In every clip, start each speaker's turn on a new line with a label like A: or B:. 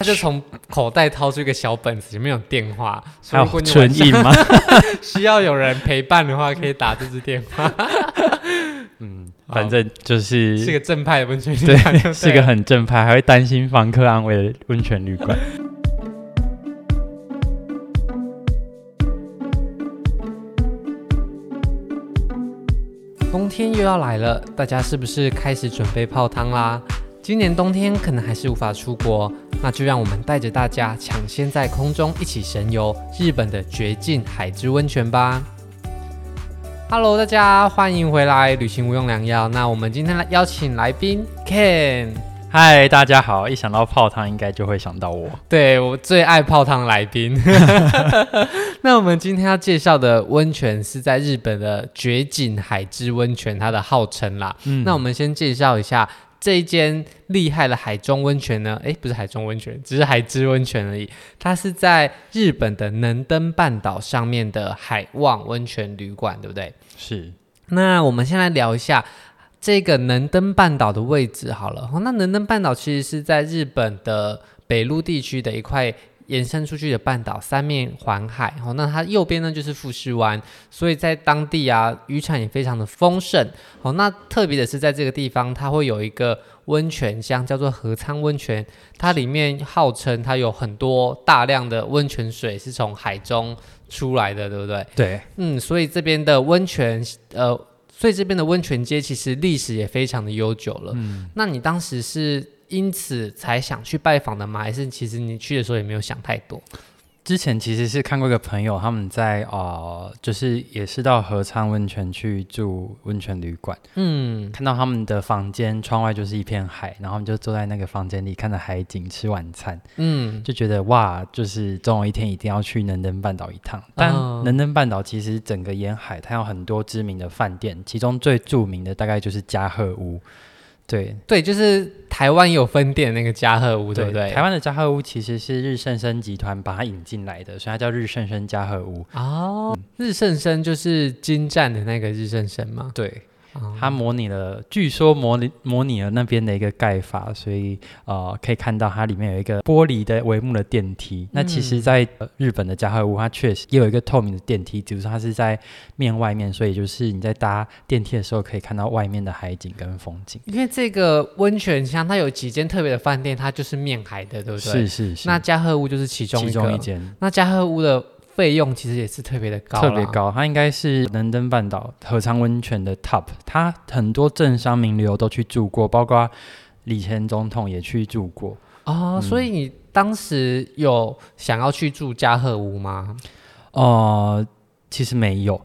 A: 他就从口袋掏出一个小本子，里面有电话，
B: 还
A: 所以如果
B: 有
A: 你晚
B: 唇
A: 上
B: 印 吗？
A: 需要有人陪伴的话，可以打这支电话。
B: 嗯，反正就是
A: 哦是个正派的温泉旅馆，
B: 嗯对，是个很正派，还会担心房客安危的温泉旅馆。
A: 冬天又要来了，大家是不是开始准备泡汤啦？今年冬天可能还是无法出国，那就让我们带着大家抢先在空中一起神游日本的绝境海之温泉吧！Hello，大家欢迎回来，旅行无用良药。那我们今天来邀请来宾 Ken，
B: 嗨，大家好！一想到泡汤，应该就会想到我。
A: 对我最爱泡汤来宾。 那我们今天要介绍的温泉是在日本的绝景海之温泉，它的号称啦。
B: 嗯
A: 那我们先介绍一下这一间厉害的海中温泉呢？诶，不是海中温泉，只是海之温泉而已。它是在日本的能登半岛上面的海望温泉旅馆，对不对？
B: 是
A: 那我们先来聊一下这个能登半岛的位置好了。哦，那能登半岛其实是在日本的北陆地区的一块延伸出去的半岛，三面环海。哦，那它右边呢就是富士湾，所以在当地啊渔产也非常的丰盛。哦，那特别的是在这个地方，它会有一个温泉乡叫做河仓温泉，它里面号称它有很多大量的温泉水是从海中出来的，对不对？
B: 对，
A: 嗯，所以这边的温泉，呃，所以这边的温泉街其实历史也非常的悠久了。嗯，那你当时是因此才想去拜访的吗？还是其实你去的时候也没有想太多？
B: 之前其实是看过一个朋友，他们在呃，就是也是到合昌温泉去住温泉旅馆，
A: 嗯，
B: 看到他们的房间窗外就是一片海，然后他们就坐在那个房间里看着海景吃晚餐，
A: 嗯，
B: 就觉得哇，就是总有一天一定要去能登半岛一趟。但
A: 哦
B: 能登半岛其实整个沿海它有很多知名的饭店，其中最著名的大概就是加贺屋。对
A: 对，就是台湾有分店那个嘉禾屋，对不对？
B: 台湾的加贺屋其实是日盛生集团把它引进来的，所以它叫日盛生加贺屋。
A: 哦，日盛生就是金站的那个日盛生吗？
B: 对，
A: 哦
B: 它模拟了，据说模拟模拟了那边的一个盖法，所以呃，可以看到它里面有一个玻璃的帷幕的电梯。那其实在，呃日本的加贺屋，它确实也有一个透明的电梯，只是它是在面外面，所以就是你在搭电梯的时候可以看到外面的海景跟风景。
A: 因为这个温泉乡它有几间特别的饭店，它就是面海的，对不对？
B: 是。是是，
A: 那嘉禾屋就是其中一
B: 其
A: 个，
B: 中一间
A: 那嘉禾屋的费用其实也是特别的高，
B: 特别。高，它应该是能登半岛和昌温泉的 top，它很多政商名流都去住过，包括李前总统也去住过。
A: 哦，所以你当时有想要去住嘉禾屋吗？
B: 呃，其实没有，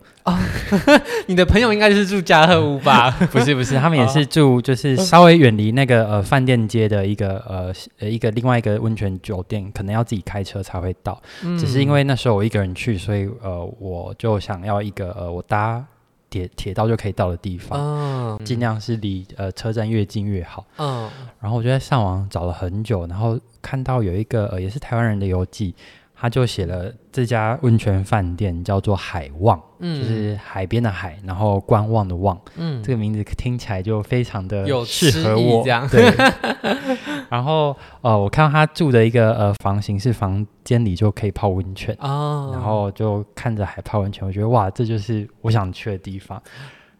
A: 你的朋友应该就是住嘉禾屋吧？
B: 不是不是，他们也是住就是稍微远离那个呃饭店街的一个呃呃一个另外一个温泉酒店，可能要自己开车才会到。只是因为那时候我一个人去，所以呃我就想要一个呃我搭铁铁道就可以到的地方，
A: 嗯
B: 尽量是离呃车站越近越好。
A: 嗯，
B: 然后我就在上网找了很久，然后看到有一个呃也是台湾人的游记，他就写了这家温泉饭店叫做海望。
A: 嗯
B: 就是海边的海，然后观望的望，
A: 嗯
B: 这个名字听起来就非常的
A: 有
B: 适合
A: 诗意
B: 我
A: 这样
B: 对， 然后呃，我看到他住的一个呃房型是房间里就可以泡温泉，
A: 哦，
B: 然后就看着海泡温泉，我觉得哇，这就是我想去的地方。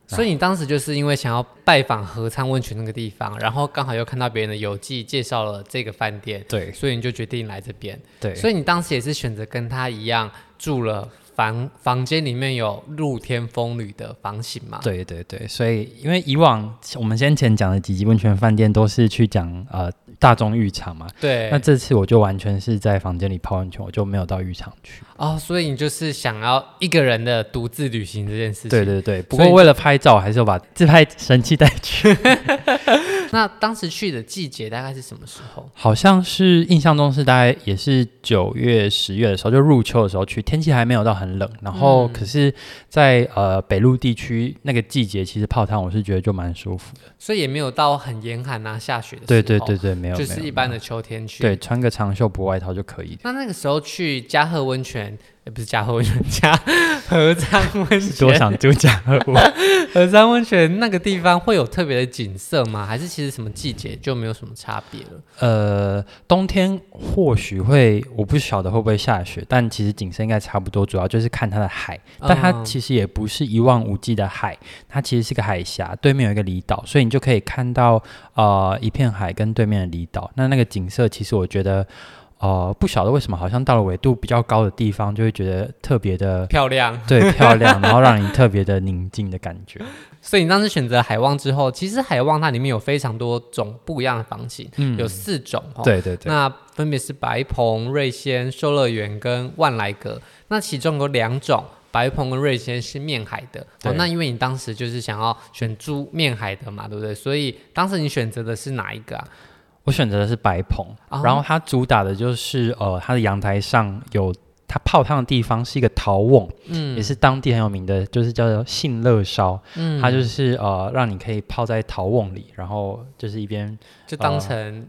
A: 所以你当时就是因为想要拜访合昌温泉那个地方，然后刚好又看到别人的游记介绍了这个饭店，
B: 对
A: 所以你就决定来这边。
B: 对，
A: 所以你当时也是选择跟他一样住了房房间里面有露天风吕的房型嘛？
B: 对对对，所以因为以往我们先前讲的几集温泉饭店都是去讲呃大众浴场嘛，
A: 对，
B: 那这次我就完全是在房间里泡温泉，我就没有到浴场去。
A: 哦，所以你就是想要一个人的独自旅行这件事情。
B: 对。对对，不
A: 所以
B: 过为了拍照，还是要把自拍神器带去。
A: 那当时去的季节大概是什么时候？
B: 好像是印象中是大概也是九月、十月的时候，就入秋的时候去，天气还没有到很冷。然后
A: 嗯
B: 可是在，呃北陆地区那个季节，其实泡汤我是觉得就蛮舒服的。
A: 所以也没有到很严寒啊、下雪的时候。
B: 对对对，对，没有，
A: 就是
B: 没有
A: 一般的秋天去。
B: 对，。穿个长袖薄外套就可以了。
A: 那那个时候去嘉禾温泉，也不是加贺温泉，加合仓温
B: 多
A: 泉。
B: 想度假而我
A: 合仓温泉那个地方会有特别的景色吗？还是其实什么季节就没有什么差别了？
B: 呃，冬天或许会，我不晓得会不会下雪，但其实景色应该差不多，主要就是看它的海。但它
A: 嗯
B: 其实也不是一望无际的海，它其实是个海峡，对面有一个离岛，所以你就可以看到呃一片海跟对面的离岛。那那个景色，其实我觉得。呃，不晓得为什么，好像到了纬度比较高的地方，就会觉得特别的
A: 漂亮。
B: 对漂亮，然后让你特别的宁静的感 觉。
A: 所以你当时选择海望之后，其实海望它里面有非常多种不一样的房型，
B: 嗯
A: 有四种哦。
B: 对对对，
A: 那分别是白鹏、瑞仙、修乐园跟万来阁。那其中有两种，白鹏跟瑞仙是面海的。
B: 对
A: 哦，那因为你当时就是想要选租面海的嘛，对不对？所以当时你选择的是哪一个啊？
B: 我选择的是白棚，
A: 哦
B: 然后它主打的就是呃，它的阳台上有它泡汤的地方是一个陶瓮，
A: 嗯
B: 也是当地很有名的，就是叫做信乐烧，
A: 嗯
B: 它就是呃，让你可以泡在陶瓮里，然后就是一边
A: 就当成、，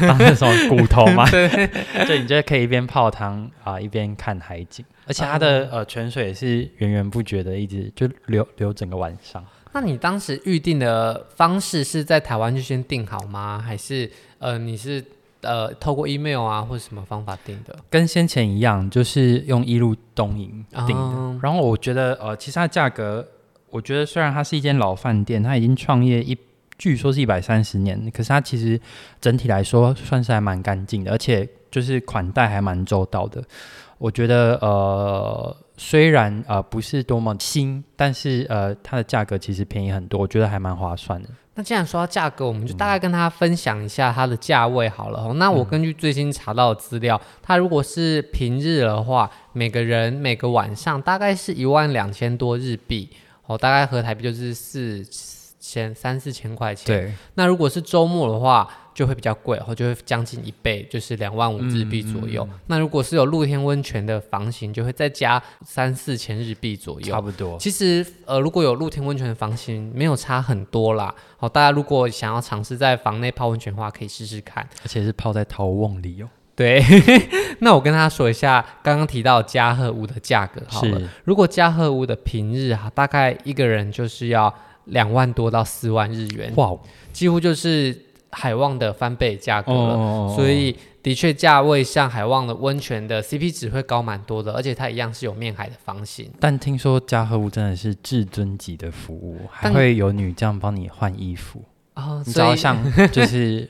B: 当那种骨头 嘛
A: 对，
B: 对，你就可以一边泡汤啊、一边看海景，而且它的、
A: 哦
B: 呃泉水也是源源不绝的，一直就流流整个晚上。
A: 那你当时预定的方式是在台湾就先定好吗？还是呃你是呃透过 email 啊或者什么方法定的？
B: 跟先前一样，就是用一路东营订的。
A: 哦
B: 然后我觉得，呃，其实它的价格，我觉得虽然它是一间老饭店，它已经创业一，据说是一百三十年，可是它其实整体来说算是还蛮干净的，而且就是款待还蛮周到的。我觉得，呃，虽然呃不是多么新，但是呃它的价格其实便宜很多，我觉得还蛮划算的。
A: 那既然说到价格，我们就大概跟大家分享一下它的价位好了哦。那我根据最新查到的资料，它如果是平日的话，每个人每个晚上大概是一万两千多日币，哦，大概合台币就是四千三四千块钱。
B: 对，
A: 那如果是周末的话，就会比较贵，哦，就会将近一倍，就是两万五日币左右。那如果是有露天温泉的房型，就会再加三四千日币左右
B: 差。不多。
A: 其实，呃，如果有露天温泉的房型，没有差很多啦。好、大家如果想要尝试在房内泡温泉的话，可以试试看。
B: 而且是泡在陶瓮里哦，
A: 对， 那我跟大家说一下刚刚提到嘉禾屋的价格好了。
B: 是
A: 如果嘉禾屋的平日哈、大概一个人就是要两万多到四万日元，
B: 哇哦
A: 几乎就是海望的翻倍价格了。
B: 哦
A: 所以的确，价位像海望的温泉的 CP 值会高蛮多的，而且它一样是有面海的房型。
B: 但听说嘉禾屋真的是至尊级的服务，还
A: 但
B: 会有女将帮你换衣服，
A: 哦，
B: 你只
A: 所
B: 要
A: 以
B: 像 就是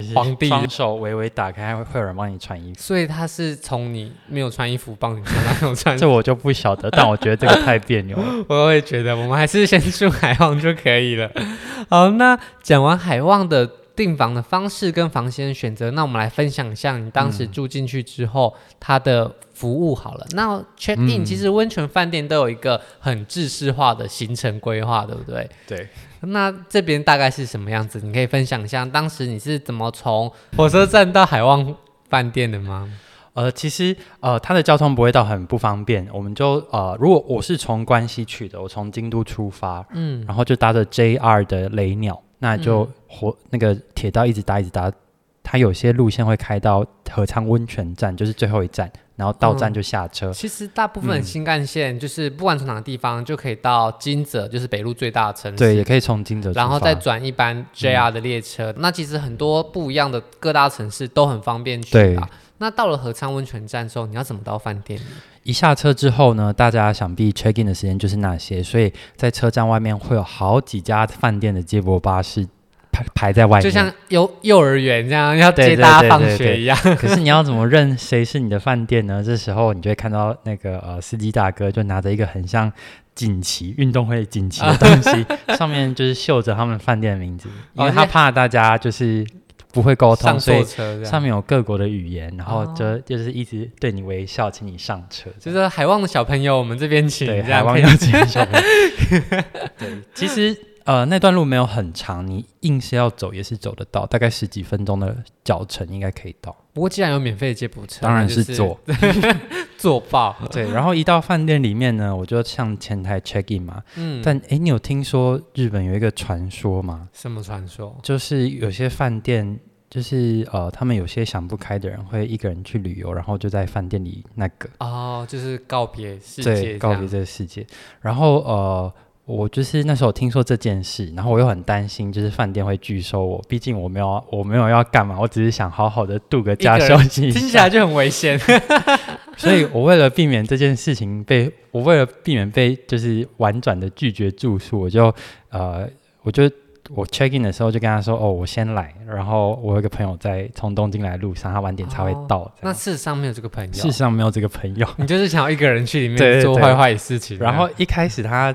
B: 就是
A: 皇帝
B: 双手微微打开，会有人帮你穿衣服。
A: 所以他是从你没有穿衣服帮你穿到有穿
B: 这我就不晓得，但我觉得这个太别扭了。
A: 我会觉得我们还是先住海望就可以了。 好，那讲完海望的订房的方式跟房型的选择，那我们来分享一下你当时住进去之后、它的服务好了。那 check in、其实温泉饭店都有一个很制式化的行程规划，对不 对？
B: 对，
A: 那这边大概是什么样子？你可以分享一下当时你是怎么从火车站到海望饭店的吗？
B: 呃，其实呃，它的交通不会到很不方便，我们就呃，如果我是从关西去的，我从京都出发，
A: 嗯，
B: 然后就搭着 JR 的雷鸟，那就火、那个铁道一直搭一直搭，它有些路线会开到合昌温泉站，就是最后一站，然后到
A: 嗯
B: 站就下车。
A: 其实大部
B: 嗯
A: 分新干线就是不管从哪个地方就可以到金泽，就是北陆最大的城市。
B: 对，也可以从金泽出发，
A: 然后再转一
B: 嗯
A: 班 JR 的列车，那其实很多不一样的各大城市都很方便去
B: 对
A: 啊。那到了合昌温泉站之后，你要怎么到饭店？
B: 一下车之后呢，大家想必 check in 的时间就是那些，所以在车站外面会有好几家饭店的接驳巴士排排在外面。
A: 就像幼幼儿园这样要
B: 对
A: 接
B: 对
A: 大家
B: 对
A: 放
B: 对
A: 学
B: 对
A: 一样。
B: 可是你要怎么认谁是你的饭店呢？这时候你就会看到那个呃司机大哥就拿着一个很像锦旗运动会锦旗的东 西，上面就是绣着他们饭店的名字，因为
A: 哦
B: 他
A: 那
B: 怕大家就是不会沟
A: 上
B: 通，所
A: 错
B: 以
A: 车这
B: 上
A: 样。
B: 面有各国的语言，然后
A: 哦
B: 就、就是一直对你微笑，请你上车。
A: 就是海望的小朋友，我们这边请
B: 对，
A: 这
B: 海
A: 样
B: 王
A: 可以
B: 要 接受。对，其实呃那段路没有很长，你硬是要走也是走得到，大概十几分钟的脚程应该可以到。
A: 不过既然有免费的接驳车，
B: 当然
A: 那
B: 是
A: 就
B: 坐，
A: 坐爆。
B: 对，然后一到饭店里面呢，我就向前台 check in 嘛。
A: 嗯，
B: 但诶，你有听说日本有一个传说吗？
A: 什么传说？
B: 就是有些饭店就是呃，他们有些想不开的人会一个人去旅游，然后就在饭店里那个
A: 哦，就是告别世
B: 对
A: 界，
B: 告别这个世界。然后呃，我就是那时候听说这件事，然后我又很担心，就是饭店会拒收我，毕竟我没有我没有要干嘛，我只是想好好的度个假
A: 一个
B: 休
A: 人
B: 息一
A: 听起
B: 下
A: 来就很危 险。
B: 所以我为了避免这件事情被，我为了避免被就是婉转的拒绝住宿，我就呃，我就我 check in 的时候就跟他说，哦，我先来，然后我有一个朋友在从东京来路上，他晚点才会
A: 哦
B: 到。这
A: 那
B: 样
A: 事实上没有这个朋友，啊
B: 事实上没有这个朋友。
A: 你就是想要一个人去里
B: 对
A: 面
B: 对
A: 做
B: 对
A: 坏坏的事情，啊
B: 然后一开始他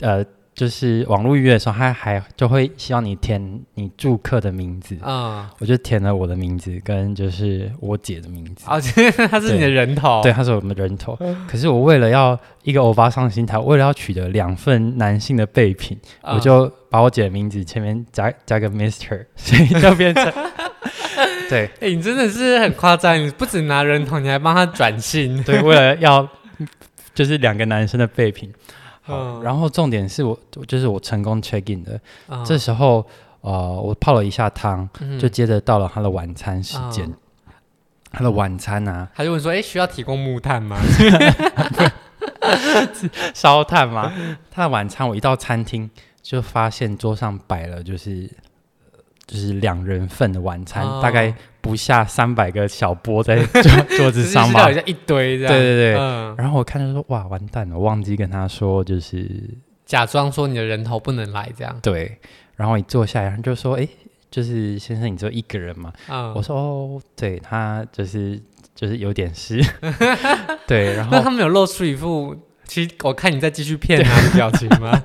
B: 呃，就是网络预约的时候，他还就会希望你填你住客的名字，
A: 嗯，
B: 我就填了我的名字跟就是我姐的名字。
A: 而且哦 他是你的人头，
B: 对，，他是我们的人头。可是我为了要一个欧巴上心台，我为了要取得两份男性的备品，
A: 啊
B: 我就把我姐的名字前面加加个 Mister，所 以就变成 对
A: 哎、你真的是很夸张，你不止拿人头，你还帮他转信，
B: 对，为了要就是两个男生的备品。好，
A: 嗯
B: 然后重点是我就是我成功 check in 的，
A: 嗯
B: 这时候呃我泡了一下汤，
A: 嗯
B: 就接着到了他的晚餐时间。
A: 嗯
B: 他的晚餐啊，
A: 他就问说，哎、需要提供木炭 吗？
B: 烧炭吗？他的晚餐我一到餐厅就发现桌上摆了就是就是两人份的晚餐，
A: 哦
B: 大概不下三百个小波在 桌桌
A: 只
B: 子
A: 是
B: 上吧
A: 好。像一堆这样，
B: 对对对
A: 嗯，
B: 然后我看着说哇完蛋了，我忘记跟他说就是
A: 假装说你的人头不能来这样，
B: 对，然后一坐下来他就说诶，就是先生你只有一个人嘛？
A: 嗯，
B: 我说哦，对他就是就是有 点事，对，然后
A: 那他们有露出一副其实我看你在继续骗他的表情 吗？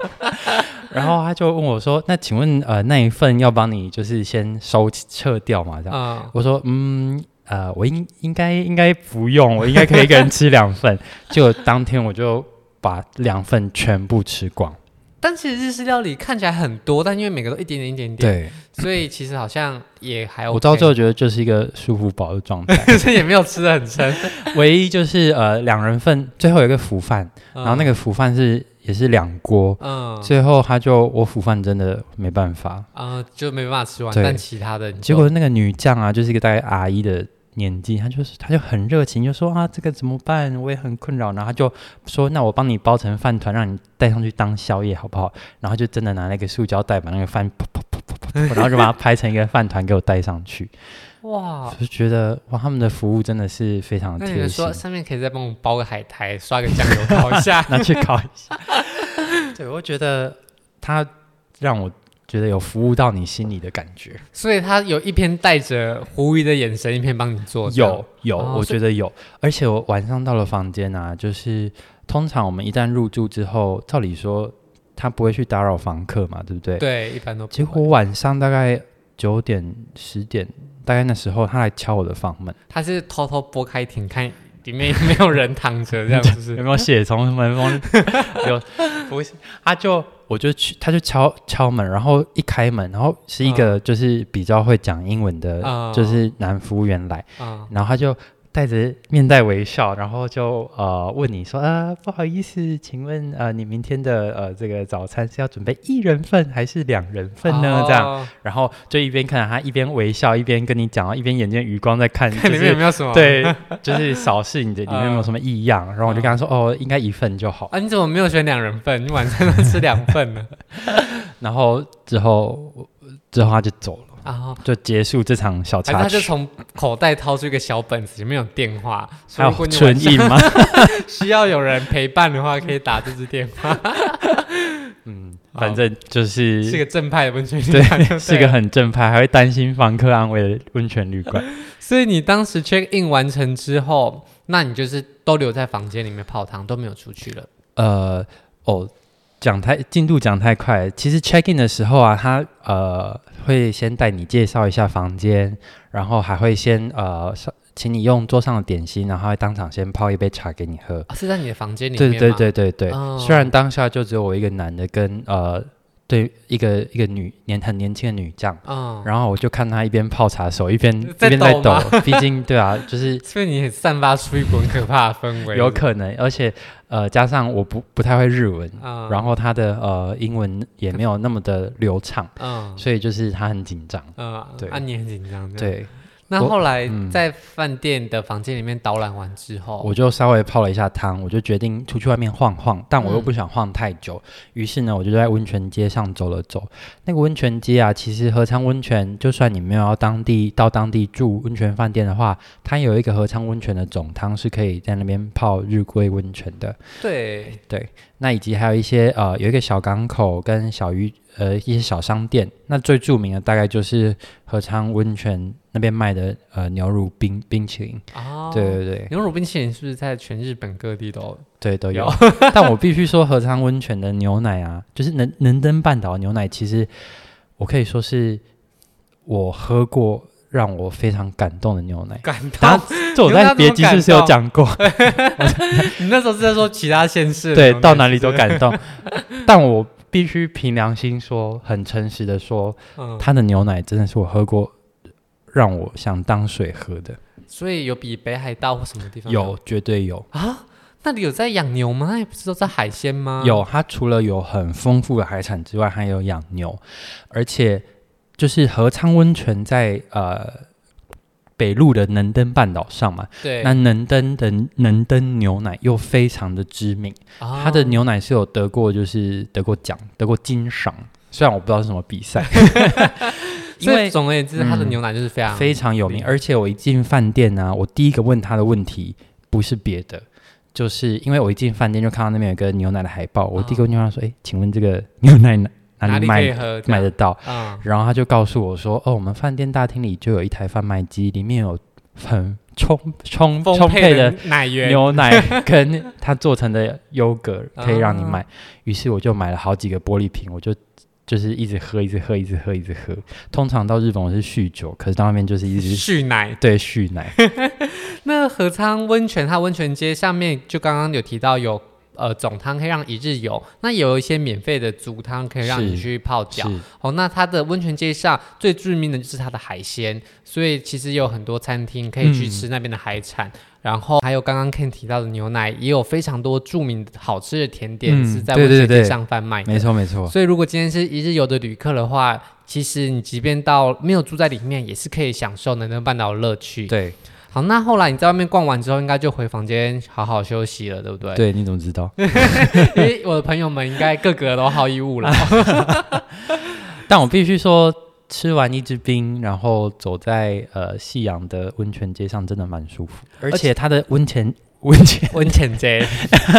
B: 然后他就问我说：“那请问呃那一份要帮你就是先收起撤掉嘛？”这样、
A: 嗯，
B: 我说：“嗯呃，我应应该应该不用，我应该可以一个人吃两份。”结果当天我就把两份全部吃光。
A: 但其实日式料理看起来很多，但因为每个都一点点一点点，
B: 对，
A: 所以其实好像也还 OK。
B: 我到最后觉得就是一个舒服饱的 状态。
A: 可是也没有吃的很撑，
B: 唯一就是呃两人份，最后有一个腐饭， 然后那个腐饭是也是两锅。
A: 嗯嗯
B: 最后他就我腐饭真的没办法，
A: 啊就没办法吃完，
B: 对
A: 但其他的你就
B: 结果那个女将啊，就是一个大概阿姨的年纪，她就是她就很热情，就说啊这个怎么办？我也很困扰。然后她就说那我帮你包成饭团，让你带上去当宵夜好不好？然后就真的拿那个塑胶袋把那个饭噗噗噗噗噗噗，然后就把它拍成一个饭团给我带上去。
A: 哇
B: 我，就觉得哇，他们的服务真的是非常
A: 那
B: 的
A: 你
B: 贴
A: 们
B: 心，
A: 说。上面可以再帮我包个海苔，刷个酱油烤一下
B: 拿去烤一下。对，我觉得他让我觉得有服务到你心里的感觉。
A: 所以他有一篇带着狐疑的眼神，一篇帮你做。这样
B: 有有，
A: 哦
B: 我
A: 所
B: 觉得有。而且我晚上到了房间啊，就是通常我们一旦入住之后，照理说他不会去打扰房客嘛，对不对？。
A: 对，一般都不
B: 结果
A: 会
B: 晚上大概九点十点，大概那时候他来敲我的房门，
A: 他是偷偷拨开挺看里面 有没有人躺着，这样是不
B: 有
A: 是？
B: 没有血从门缝？ 有，不是，他就我就去，他就敲敲门，然后一开门，然后是一个就是比较会讲英文的，
A: 啊
B: 就是男服务员来，
A: 啊
B: 然后他就带着面带微笑，然后就呃问你说啊不好意思，请问呃你明天的呃这个早餐是要准备一人份还是两人份呢？啊这样，
A: 哦
B: 然后就一边看着他一边微笑，一边跟你讲，一边眼睛余光在看，
A: 看里
B: 就是
A: 面有没有什么？嗯
B: 对，就是扫视你的里面有没有什么异样，然后我就跟他说，哦，应该一份就好。
A: 啊，你怎么没有选两人份？你晚餐都吃两份呢？
B: 然后之后之后他就走了，
A: 然后。
B: 就结束这场小
A: 反正
B: 插
A: 他就
B: 曲。
A: 从口袋掏出一个小本子，里面有电话，
B: 还
A: 所以如
B: 有
A: 果你晚
B: 唇
A: 上
B: 印吗？
A: 需要有人陪伴的话，可以打这支电话。
B: 嗯，反正 就是
A: 是个正派的温泉旅
B: 对
A: 馆，就
B: 是
A: 对
B: 个
A: 了。
B: 很正派，还会担心房客安危的温泉旅馆。
A: 所以你当时 check in 完成之后，那你就是都留在房间里面泡汤，都没有出去了。
B: 呃，哦，讲太进度讲太快了。其实 check in 的时候啊，他呃会先带你介绍一下房间，然后还会先呃上请你用桌上的点心，然后还当场先泡一杯茶给你喝。
A: 啊是在你的房间里面
B: 对
A: 吗？
B: 对对对对，
A: 哦
B: 虽然当下就只有我一个男的跟呃。对一个一个女年很年轻的女将，
A: 嗯，
B: 然后我就看她一边泡茶手一边一
A: 在
B: 边在
A: 抖
B: 抖
A: 吗，
B: 毕竟对啊，就是
A: 所以你很散发出一股很可怕的氛围，
B: 有可能，而且呃加上我不不太会日文，
A: 嗯，
B: 然后她的呃英文也没有那么的流畅，
A: 嗯
B: 所以就是她很紧张。
A: 嗯，
B: 对
A: 啊，你很紧张，这样。
B: 对，
A: 那
B: 我
A: 后来
B: 嗯
A: 在饭店的房间里面导览完之后，
B: 我就稍微泡了一下汤，我就决定出去外面晃晃，但
A: 嗯
B: 我又不想晃太久，于、是呢，我就在温泉街上走了走。那个温泉街啊，其实合昌温泉，就算你没有要当地到当地住温泉饭店的话，它有一个合昌温泉的总汤是可以在那边泡日归温泉的。
A: 对，
B: 对，那以及还有一些呃，有一个小港口跟小渔呃一些小商店。那最著名的大概就是合昌温泉那边卖的呃牛乳冰冰淇淋。
A: 哦，
B: 对。对对。
A: 牛乳冰淇淋是不是在全日本各地都有？
B: 对，都有
A: 有。
B: 但我必须说，合昌温泉的牛奶啊，就是能能登半岛的牛奶，其实我可以说是我喝过让我非常感动的牛奶。
A: 感
B: 当
A: 动！
B: 然，这我在别集是不是有讲过？
A: 你那时候是在说其他县市？
B: 对，到哪里都。感动。但我必须凭良心说，很诚实的说，
A: 嗯，
B: 它的牛奶真的是我喝过让我想当水喝的，
A: 所以有比北海道或什么地方
B: 有绝对有。
A: 啊？那里有在养牛吗？也不是都在海鲜吗？
B: 有，它除了有很丰富的海产之外，还有养牛，而且就是合昌温泉在呃北陆的能登半岛上嘛，
A: 对，
B: 那能登的能登牛奶又非常的知名，
A: 啊
B: 它的牛奶是有得过就是得过奖、得过金赏，虽然我不知道是什么比赛，因
A: 所以
B: 为
A: 总而言之，它的
B: 嗯
A: 牛奶就是非常
B: 非常有名。而且我一进饭店呢、我第一个问他的问题不是别的，就是因为我一进饭店就看到那边有个牛奶的海报，我第一个问他说：“哎、请问这个牛奶哪
A: 哦哪里
B: 里
A: 可
B: 买
A: 以喝？
B: 买得到
A: 啊？”
B: 然后他就告诉我说：“哦，我们饭店大厅里就有一台贩卖机，里面有很充充
A: 嗯
B: 充沛的
A: 奶源，
B: 牛奶跟它做成的优 格可以让你买。于是我就买了好几个玻璃瓶，我就就是一直喝，一直喝，一直喝，一直喝。通常到日本我是酗酒，可是到那边就是一直
A: 蓄奶。
B: 对酗奶。
A: 那合昌温泉，它温泉街上面就刚刚有提到有呃总汤可以让一日游，那也有一些免费的足汤可以让你
B: 是
A: 去泡脚。
B: 是
A: 哦，那它的温泉街上最著名的就是它的海鲜，所以其实有很多餐厅可以去
B: 嗯
A: 吃那边的海产。然后还有刚刚 Ken 提到的牛奶，也有非常多著名的好吃的甜点、
B: 嗯
A: 是在
B: 对
A: 温
B: 对
A: 泉街
B: 对
A: 上贩卖的。
B: 没错没错，
A: 所以如果今天是一日游的旅客的话，其实你即便到没有住在里面，也是可以享受能登半岛的乐趣。
B: 对
A: 好，那后来你在外面逛完之后，应该就回房间好好休息了，对不对？，
B: 对，你怎么 知道？
A: 因为我的朋友们应该个个都好逸恶 劳。
B: 但我必须说。吃完一支冰，然后走在呃夕阳的温泉街上，真的蛮舒服。而
A: 且
B: 且它的温泉 温泉
A: 温泉街，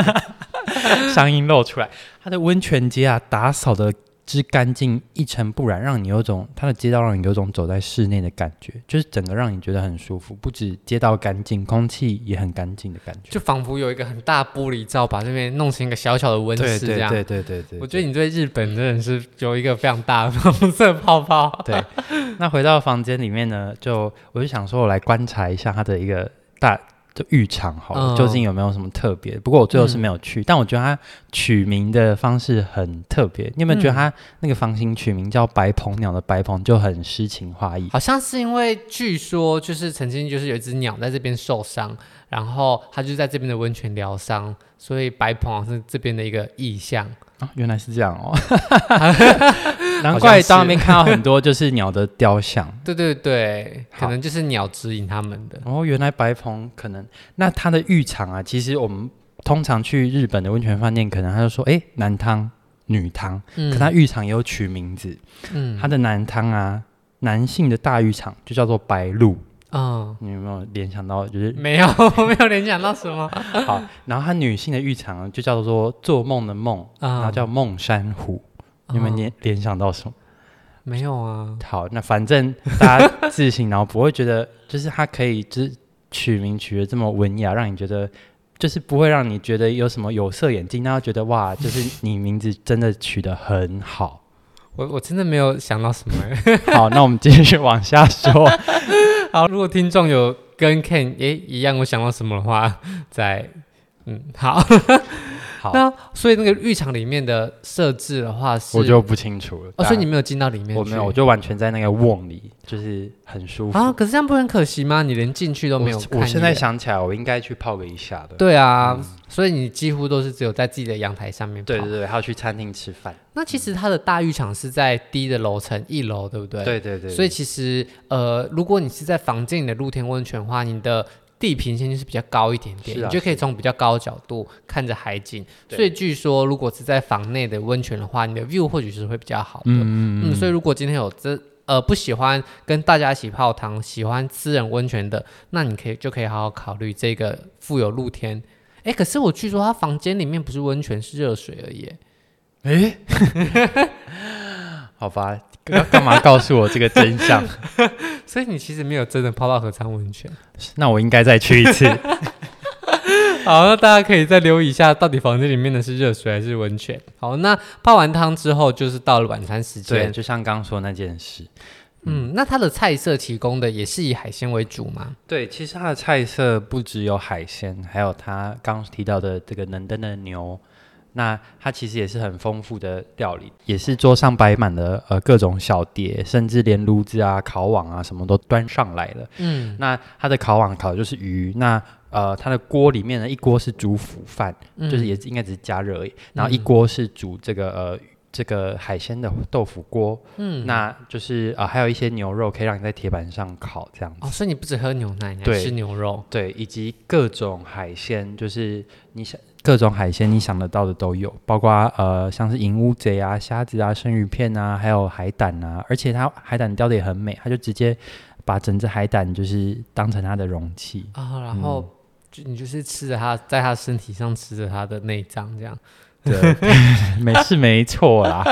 B: 乡音露出来。它的温泉街啊，打扫的之干净一尘不染，让你有种它的街道让你有种走在室内的感觉，就是整个让你觉得很舒服。不止街道干净，空气也很干净的感觉。
A: 就仿佛有一个很大玻璃罩把这边弄成一个小小的温室这样。
B: 对对对对
A: 我觉得你对日本真的是有一个非常大的红色泡泡。
B: 对。那回到房间里面呢，就我就想说，我来观察一下它的一个大。就浴场好了，
A: 嗯
B: 究竟有没有什么特别？不过我最后是没有去，但我觉得它取名的方式很特别。你有没有觉得它那个房型取名叫“白鹏鸟”的“白鹏”就很诗情画意？
A: 好像是因为据说就是曾经就是有一只鸟在这边受伤，然后它就在这边的温泉疗伤，所以白鹏好像是这边的一个意象。
B: 啊，原来是这样哦， 难怪到那边看到很多就是鸟的雕像。
A: 对对对，可
B: 好
A: 能就是鸟指引他们的。
B: 哦，原来白鹏可能那它的浴场啊，其实我们通常去日本的温泉饭店，可能他就说，哎，男汤、女汤，
A: 嗯
B: 可它浴场也有取名字，
A: 嗯
B: 它的男汤啊，男性的大浴场就叫做白鹿，
A: 嗯，
B: 你有没有联想到 就是
A: 没有， 我没有联想到什么
B: 好？然后它女性的浴场就叫做做梦的梦，然
A: 啊
B: 后叫梦珊瑚，你们
A: 嗯
B: 联联想到什么？
A: 没有啊？
B: 好，那反正大家自行脑补，会觉得就是它可以就是取名取得这么文雅，让你觉得就是不会让你觉得有什么有色眼镜，大家觉得哇，就是你名字真的取得很 好。
A: 我我真的没有想到什么欸、
B: 好，那我们继续往下说。
A: 好，如果听众有 跟 Ken 也一样，我想到什么的话，再嗯好。
B: 好，
A: 那所以那个浴场里面的设置的话 是，
B: 我就不清楚了。
A: 哦，所以你
B: 但
A: 没有进到里面去，
B: 我没有，我就完全在那个瓮里，就是很舒服。
A: 啊，可是这样不是很可惜吗？你连进去都
B: 我
A: 没有看
B: 我现在
A: 一眼
B: 想起来，我应该去泡个一下的。
A: 对啊，所以你几乎都是只有在自己的阳台上面跑。
B: 对对对，还要去餐厅吃饭。
A: 那其实它的大浴场是在低的楼层一楼，对不对？。
B: 对对对，
A: 所以其实呃，如果你是在房间里的露天温泉的话，你的地平线就是比较高一点点，
B: 是啊
A: 你就可以从比较高的角度看着海景。
B: 对
A: 所以据说，如果是在房内的温泉的话，你的 view 或许是会比较好的。
B: 嗯
A: 嗯，所以如果今天有这呃不喜欢跟大家一起泡汤，喜欢私人温泉的，那你可以就可以好好考虑这个富有露天。哎，可是我据说他房间里面不是温泉，是热水而已耶。
B: 诶，哎 好吧，干干嘛告诉我这个真 相？
A: 所以你其实没有真的泡到合昌温泉。
B: 那我应该再去 一次。
A: 好，那大家可以再留意一下，到底房间里面的是热水还是温泉。好，那泡完汤之后，就是到了晚餐时
B: 对，
A: 间。
B: 就像刚说那件事。
A: 嗯，那它的菜色提供的也是以海鲜为主吗？
B: 对，其实它的菜色不只有海鲜，还有它刚提到的这个能登的牛。那它其实也是很丰富的料理，也是桌上摆满了呃各种小碟，甚至连炉子啊、烤网啊什么都端上来了。
A: 嗯，
B: 那它的烤网烤的就是鱼，那呃它的锅里面呢一锅是煮腐饭，
A: 嗯
B: 就是也应该只是加热而已，然后一锅是煮这个呃。这个海鲜的豆腐锅，
A: 嗯
B: 那就是呃，还有一些牛肉可以让你在铁板上烤这样子。
A: 哦，所以你不只喝牛奶，你还
B: 对
A: 吃牛肉。
B: 对，以及各种海鲜，就是你想各种海鲜你想得到的都有，包括呃像是银乌贼啊、虾子啊、生鱼片啊，还有海胆啊，而且它海胆雕的也很美，它就直接把整只海胆就是当成它的容器。
A: 啊、然后就你就是吃着它，在它身体上吃着它的内脏，这样。
B: 对，没是没错啦。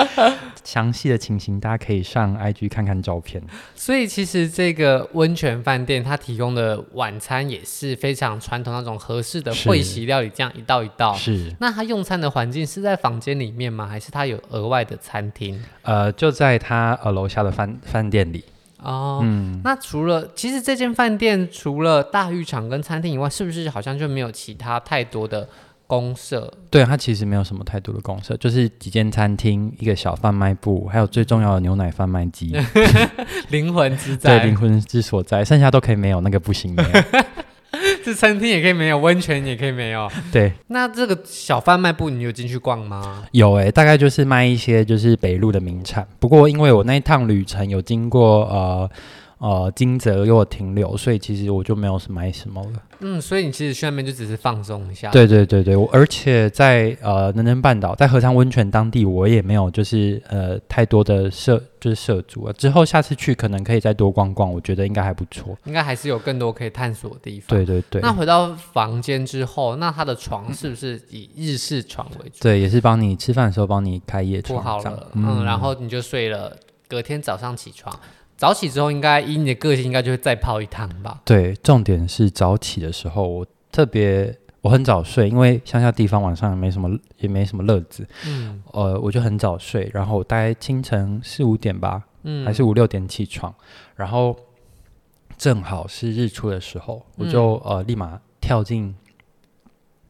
B: 详细的情形大家可以上 IG 看看照片。
A: 所以其实这个温泉饭店它提供的晚餐也是非常传统那种合适的
B: 是
A: 会席料理，这样一道一道。
B: 是，
A: 那它用餐的环境是在房间里面吗？还是它有额外的餐厅？
B: 呃，就在他呃楼下的饭饭店里。
A: 哦，那除了其实这间饭店除了大浴场跟餐厅以外，是不是好像就没有其他太多的公社？
B: 对，它其实没有什么太多的公社，就是几间餐厅、一个小贩卖部，还有最重要的牛奶贩卖机，
A: 灵魂之
B: 在灵
A: 在，
B: 魂之所在，剩下都可以没有，那个不行没有。
A: 这餐厅也可以没有，温泉也可以没有。
B: 对，
A: 那这个小贩卖部你有进去逛吗？
B: 有诶、大概就是卖一些就是北路的名产。不过因为我那一趟旅程有经过呃呃金泽给我停留，所以其实我就没有什么买什么了。
A: 嗯，所以你其实去那边就只是放松一下。，
B: 对对对对，我而且在呃能登半岛，在和昌温泉当地，我也没有就是呃太多的涉就是涉足啊。之后下次去可能可以再多逛逛，我觉得应该还不错。
A: 应该还是有更多可以探索的地方。
B: 对对对，
A: 那回到房间之后，那他的床是不是以日式床为主？
B: 对，也是帮你吃饭的时候帮你开夜
A: 铺
B: 床，
A: 好
B: 这样
A: 了，嗯，然后你就睡了。隔天早上起床，早起之后应该以你的个性，应该就会再泡一趟吧。
B: 对，重点是早起的时候，我特别我很早睡，因为乡下地方晚上也没什么也没什么乐子，
A: 嗯
B: 呃，我就很早睡，然后我大概清晨四五点吧，
A: 嗯，
B: 还是五六点起床，然后正好是日出的时候，我就、
A: 嗯
B: 呃立马跳进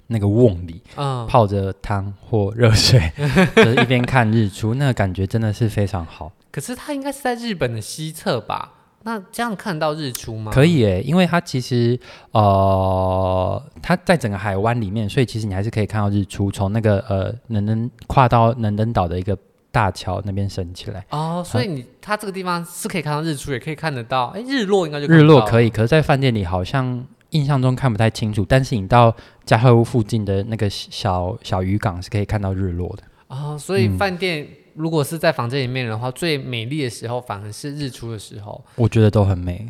B: 那个瓮里，
A: 嗯，
B: 泡着汤或热水，就是一边看日出，那个感觉真的是非常 好。
A: 可是他应该是在日本的西侧吧？那这样看到日出吗？
B: 可
A: 以，
B: 以诶，因为它其实呃，它在整个海湾里面，所以其实你还是可以看到日出，从那个呃能登跨到能登岛的一个大桥那边升起来。
A: 哦，所以
B: 啊
A: 你他这个地方是可以看到日出，也可以看得到，哎，日落应该就
B: 日落
A: 以。
B: 可以，可是，在饭店里好像印象中看不太清楚，但是你到加贺屋附近的那个小小渔港是可以看到日落的。
A: 哦，所
B: 嗯
A: 以饭店如果是在房间里面的话，最美丽的时候反而是日出的时候，
B: 我觉得都很美，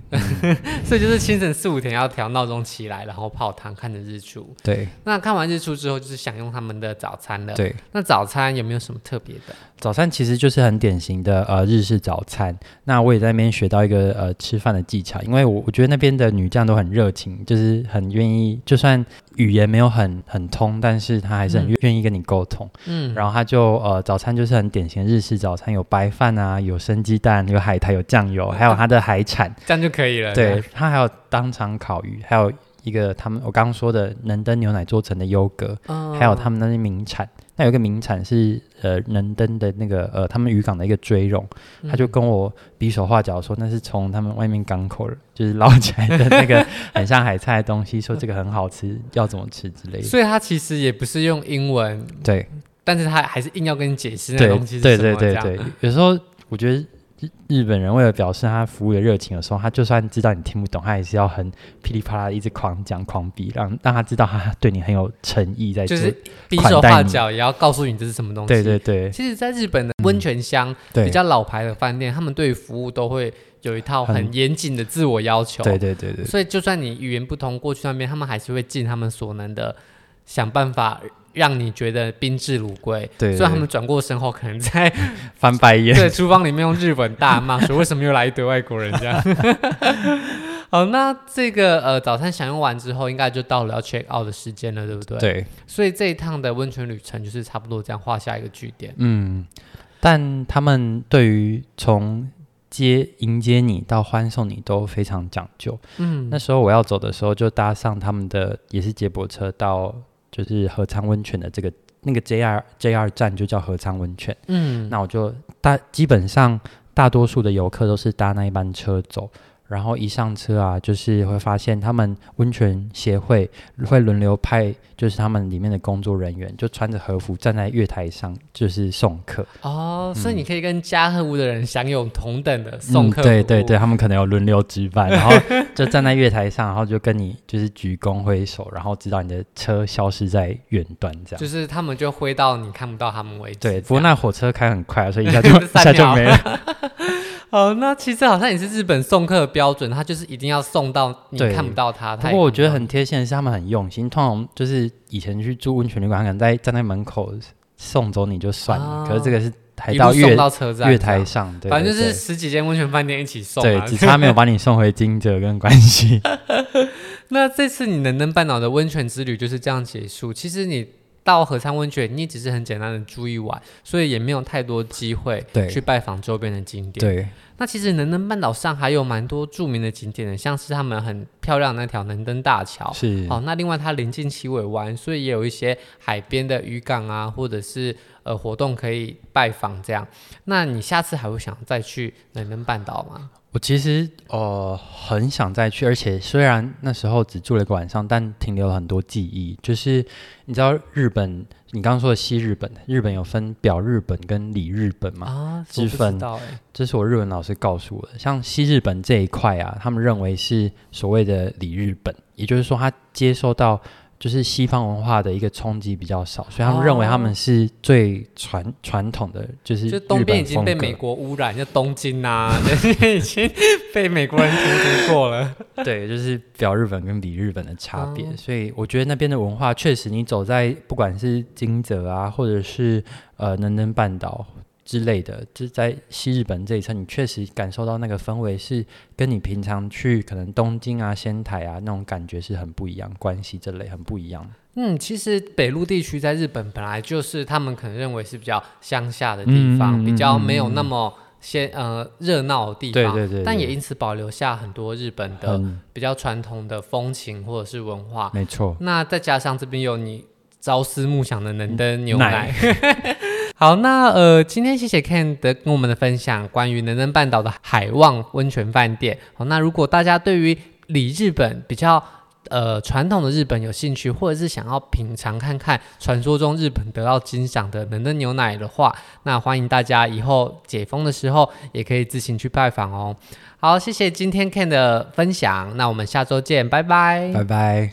A: 所以就是清晨四五点要调闹钟起来，然后泡汤看着日出。
B: 对
A: 那看完日出之后，就是享用他们的早餐了。，
B: 对。
A: 那早餐有没有什么特别的？
B: 早餐其实就是很典型的呃日式早餐。那我也在那边学到一个呃吃饭的技巧，因为我我觉得那边的女将都很热情，就是很愿意，就算语言没有很很通，但是她还是很
A: 嗯
B: 愿意跟你沟通。
A: 嗯，
B: 然后她就呃早餐就是很典型的日式早餐，有白饭啊，有生鸡蛋，有
A: 嗯
B: 海苔，有酱油，还有它的海产。
A: 这样就可以了。
B: 对，它还有当场烤鱼，还有一个他们我刚刚说的能登牛奶做成的优格，
A: 嗯
B: 还有他们那些名产。那有一个名产是呃能登的那个呃他们渔港的一个追龙，
A: 嗯
B: 他就跟我比手画脚说那是从他们外面港口就是捞起来的那个 很像海菜的东西，说这个很好吃，要怎么吃之类的。
A: 所以他其实也不是用英文，
B: 对
A: 但是他还是硬要跟你解释那
B: 对
A: 个东西是
B: 对
A: 什么
B: 对
A: 这
B: 对
A: 样
B: 对，有时候我觉得。日日本人为了表示他服务的热情，有时候他就算知道你听不懂，他也是要很噼里啪啦地一直狂讲狂比，让让他知道他对你很有诚意在
A: 就
B: 做。
A: 是比
B: 款
A: 手
B: 待
A: 画
B: 你
A: 脚也要告诉你这是什么东西。
B: 对对对
A: 其实，在日本的温泉乡、
B: 对，
A: 比较老牌的饭店，他们对于服务都会有一套很
B: 很
A: 严谨的自我要求。
B: 对对对对，
A: 所以，就算你语言不通，过去那边他们还是会尽他们所能的想办法让你觉得宾至如归。
B: 对
A: 虽然他
B: 对
A: 们转过身后，可能在
B: 翻白眼。
A: 对厨房里面用日本大 骂说：“为什么又来一堆外国人？”这样。好，那这个呃早餐享用完之后，应该就到了要 check out 的时间了，对不对？。
B: 对，
A: 所以这一趟的温泉旅程就是差不多这样画下一个句点。
B: 嗯，但他们对于从接迎接你到欢送你都非常讲究。
A: 嗯，
B: 那时候我要走的时候，就搭上他们的也是接驳车到就是河仓温泉的这个那个 JR JR 站就叫河仓温泉。
A: 嗯，
B: 那我就大基本上大多数的游客都是搭那一班车走，然后一上车啊，就是会发现他们温泉协会会轮流派，就是他们里面的工作人员就穿着和服站在月台上，就是送客，
A: 哦，所以你可以跟家和屋的人享有同等的送客、
B: 嗯。对对对，，他们可能有轮流值 班，然后就站在月台上，然后就跟你就是鞠躬挥手，然后直到你的车消失在远端这样
A: 就。是他们就挥到你看不到他们为止。
B: 对，不过
A: 这样
B: 那火车开很快，啊所以 一下就一
A: 三
B: 下就
A: 秒啊
B: 没了。
A: 哦，那其实好像也是日本送客的标准，他就是一定要送到你
B: 对
A: 看不到他。
B: 不
A: 他也
B: 过我
A: 看
B: 觉得
A: 到
B: 很贴心的是，他们很用心。通常就是以前去住温泉旅馆，他可能在站在门口送走你就算了，
A: 啊
B: 可是这个是还
A: 你一
B: 到
A: 路送
B: 月
A: 到车站
B: 月
A: 这样
B: 台，上，对
A: 反正
B: 对
A: 就是
B: 对
A: 十几间温泉饭店一起送、
B: 对
A: 啊。，
B: 只差没有把你送回金泽跟关西。
A: 那这次你能登半岛的温泉之旅就是这样结束。其实你到合昌温泉，你也只是很简单的住一晚，所以也没有太多机会
B: 对
A: 去拜访周边的景点。
B: 对
A: 那其实能登半岛上还有蛮多著名的景点的，像是他们很漂亮的那条能登大桥。
B: 是，
A: 哦，那另外它临近七尾湾，所以也有一些海边的渔港啊，或者是呃活动可以拜访这样。那你下次还会想再去能登半岛吗？
B: 我其实呃很想再去，而且虽然那时候只住了一个晚上，但停留了很多记忆。就是你知道日本，你刚刚说的西日本，日本有分表日本跟里日本嘛？
A: 啊，
B: 之
A: 我不知
B: 分
A: 道哎、
B: 这是我日文老师告诉我的。像西日本这一块啊，他们认为是所谓的里日本，也就是说他接受到就是西方文化的一个冲击比较少，所以他们认为他们是最传传统的，就是
A: 哦就东
B: 日
A: 边
B: 本
A: 已经被
B: 风格
A: 美国污染，就东京呐、啊， 这些已经被美国人荼毒过了。
B: 对，就是表日本跟里日本的差别，
A: 哦
B: 所以我觉得那边的文化确实，你走在不管是金泽啊，或者是呃能登半岛之类的，就是在西日本这一侧，你确实感受到那个氛围是跟你平常去可能东京啊、仙台啊那种感觉是很不一样，关系这类很不一样。
A: 嗯，其实北陆地区在日本本来就是他们可能认为是比较乡下的地方，
B: 嗯嗯嗯
A: 比较没有
B: 嗯嗯
A: 那么先呃热闹的地
B: 对
A: 方，
B: 对对
A: 但
B: 对
A: 也因此保留下很多日本的
B: 嗯，
A: 比较传统的风情或者是文化。
B: 没错。
A: 那再加上这边有你朝思暮想的能登牛
B: 奶
A: 奶。 好，那呃，今天谢谢 Ken 的跟我们的分享，关于能登半岛的海望温泉饭店。好，那如果大家对于里日本比较呃传统的日本有兴趣，或者是想要品尝看看传说中日本得到金赏的能登牛奶的话，那欢迎大家以后解封的时候也可以自行去拜访哦。好，谢谢今天 Ken 的分享，那我们下周见，拜拜。
B: 拜拜。